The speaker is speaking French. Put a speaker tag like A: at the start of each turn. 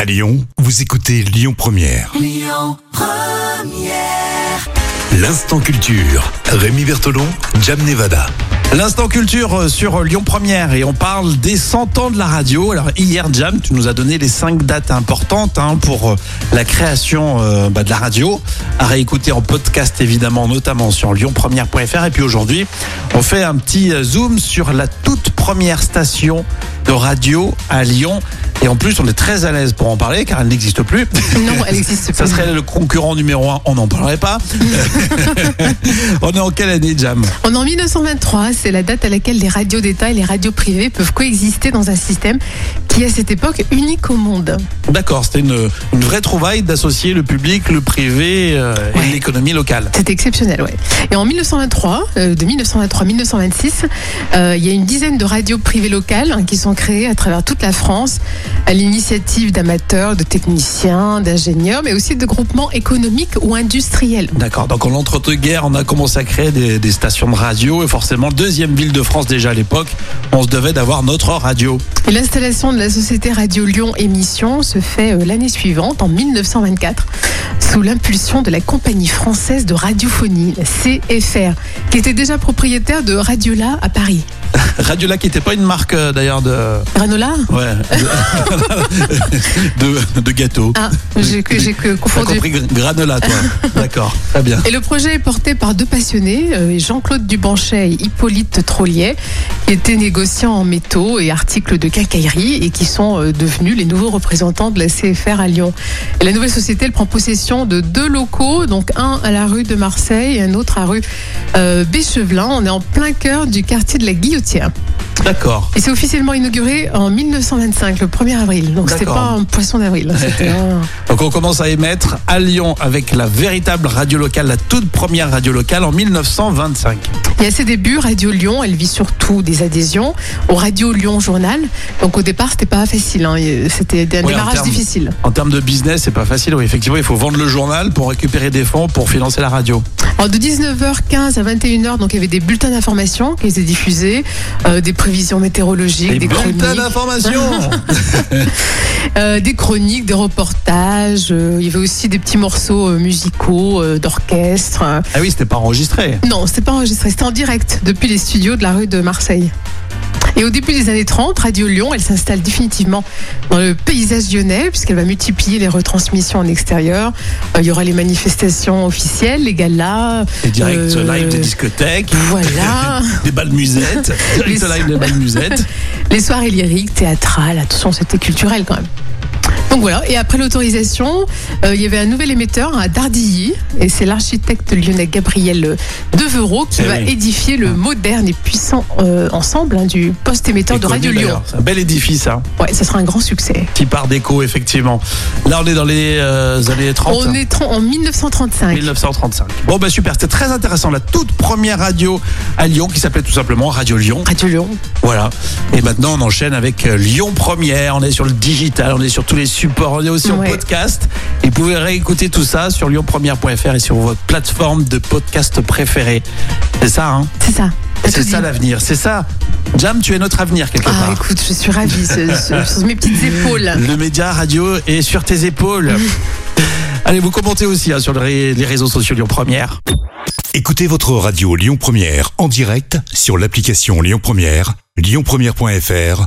A: À Lyon, vous écoutez Lyon Première. Lyon Première. L'instant culture. Rémi Bertolon, Jam Nevada.
B: L'instant culture euh, sur euh, Lyon Première et on parle des 100 ans de la radio. Alors hier Jam, tu nous as donné les cinq dates importantes hein, pour euh, la création euh, bah, de la radio. À réécouter en podcast évidemment, notamment sur lyonpremière.fr. Et puis aujourd'hui, on fait un petit euh, zoom sur la toute première station de radio à Lyon. Et en plus, on est très à l'aise pour en parler car elle n'existe plus.
C: Non, elle existe
B: Ça
C: plus.
B: serait le concurrent numéro un, on n'en parlerait pas. on est en quelle année, Jam
C: On est en 1923, c'est la date à laquelle les radios d'État et les radios privées peuvent coexister dans un système qui, à cette époque, unique au monde.
B: D'accord, c'était une, une vraie trouvaille d'associer le public, le privé euh,
C: Ouais.
B: et l'économie locale.
C: C'était exceptionnel, ouais. Et en 1923, euh, de 1923 à 1926, euh, il y a une dizaine de radios privées locales hein, qui sont créées à travers toute la France à l'initiative d'amateurs, de techniciens, d'ingénieurs, mais aussi de groupements économiques ou industriels.
B: D'accord, donc en l'entre-deux-guerres, on a commencé à créer des, des stations de radio et forcément, deuxième ville de France déjà à l'époque, on se devait d'avoir notre radio.
C: Et L'installation de la société Radio Lyon Émission se fait euh, l'année suivante, en 1924, sous l'impulsion de la compagnie française de radiophonie, la CFR, qui était déjà propriétaire de Radiola à Paris.
B: Radiola qui n'était pas une marque euh, d'ailleurs de,
C: Granola
B: ouais, de, de, de gâteau.
C: Ah, j'ai que- j'ai que
B: T'as
C: confondu.
B: compris gr- granola, toi. D'accord, très bien.
C: Et le projet est porté par deux passionnés, euh, Jean-Claude Dubanchet et Hippolyte Trollier, qui étaient négociants en métaux et articles de quincaillerie et qui sont euh, devenus les nouveaux représentants de la CFR à Lyon. Et la nouvelle société elle prend possession de deux locaux, donc un à la rue de Marseille et un autre à la rue euh, Béchevelin. On est en plein cœur du quartier de la Guillotière.
B: D'accord.
C: Et c'est officiellement inauguré en 1925, le 1er avril. Donc c'était
B: D'accord.
C: pas un poisson d'avril, c'était un-
B: Donc on commence à émettre à Lyon avec la véritable radio locale, la toute première radio locale en 1925.
C: Et à ses débuts, Radio Lyon, elle vit surtout des adhésions au Radio Lyon Journal. Donc au départ, c'était pas facile. hein. Et C'était un
B: Ouais, en
C: démarrage
B: termes-
C: difficile.
B: En termes de business, c'est pas facile. Oui, effectivement, il faut vendre le journal pour récupérer des fonds pour financer la radio.
C: Alors de 19h15 à 21h, donc il y avait des bulletins d'information qui étaient diffusés, euh, des prévisions météorologiques, des chroniques,
B: d'information
C: euh, des chroniques, des reportages. euh, il y avait aussi des petits morceaux euh, musicaux, euh, d'orchestre. euh.
B: Ah oui, c'était pas enregistré.
C: Non, c'était pas enregistré, c'était en direct depuis les studios de la rue de Marseille. Et au début des années 30, Radio Lyon, elle s'installe définitivement dans le paysage lyonnais, puisqu'elle va multiplier les retransmissions en extérieur. Euh, Il y aura les manifestations officielles, les galas.
B: Et direct
C: Euh, Ah.
B: live des discothèques,
C: Voilà.
B: des balles musettes, direct
C: Les-
B: live des balles musettes.
C: les soirées lyriques, théâtrales. Attention, c'était culturel quand même. Donc voilà, et après l'autorisation, euh, il y avait un nouvel émetteur à Dardilly, et c'est l'architecte lyonnais Gabriel Devereaux qui
B: Eh
C: va
B: oui.
C: édifier le moderne et puissant euh, ensemble hein, du poste émetteur de
B: Et
C: Radio
B: connu,
C: Lyon.
B: d'ailleurs. C'est un bel édifice, hein,
C: Ouais, ça sera un grand succès.
B: qui part d'écho, effectivement. Là, on est dans les euh, années 30.
C: On est tran- en 1935.
B: 1935. Bon, bah super, c'était très intéressant. La toute première radio à Lyon qui s'appelait tout simplement Radio Lyon.
C: Radio Lyon.
B: Voilà. Et maintenant, on enchaîne avec euh, Lyon Première. On est sur le digital, on est sur tous les supports, on est aussi en
C: Ouais.
B: podcast. Et vous pouvez réécouter tout ça sur lyonpremière.fr et sur votre plateforme de podcast préférée. C'est ça, hein
C: C'est ça. T'as
B: C'est
C: Ah, tout
B: ça
C: dit.
B: l'avenir. C'est ça. Jam, tu es notre avenir quelque
C: Ah,
B: part.
C: écoute, je suis ravie ce- ce- sur mes petites épaules.
B: Le média radio est sur tes épaules. Allez, vous commentez aussi hein, sur le ré- les réseaux sociaux Lyon Première.
A: Écoutez votre radio Lyon Première en direct sur l'application Lyon Première, lyonpremière.fr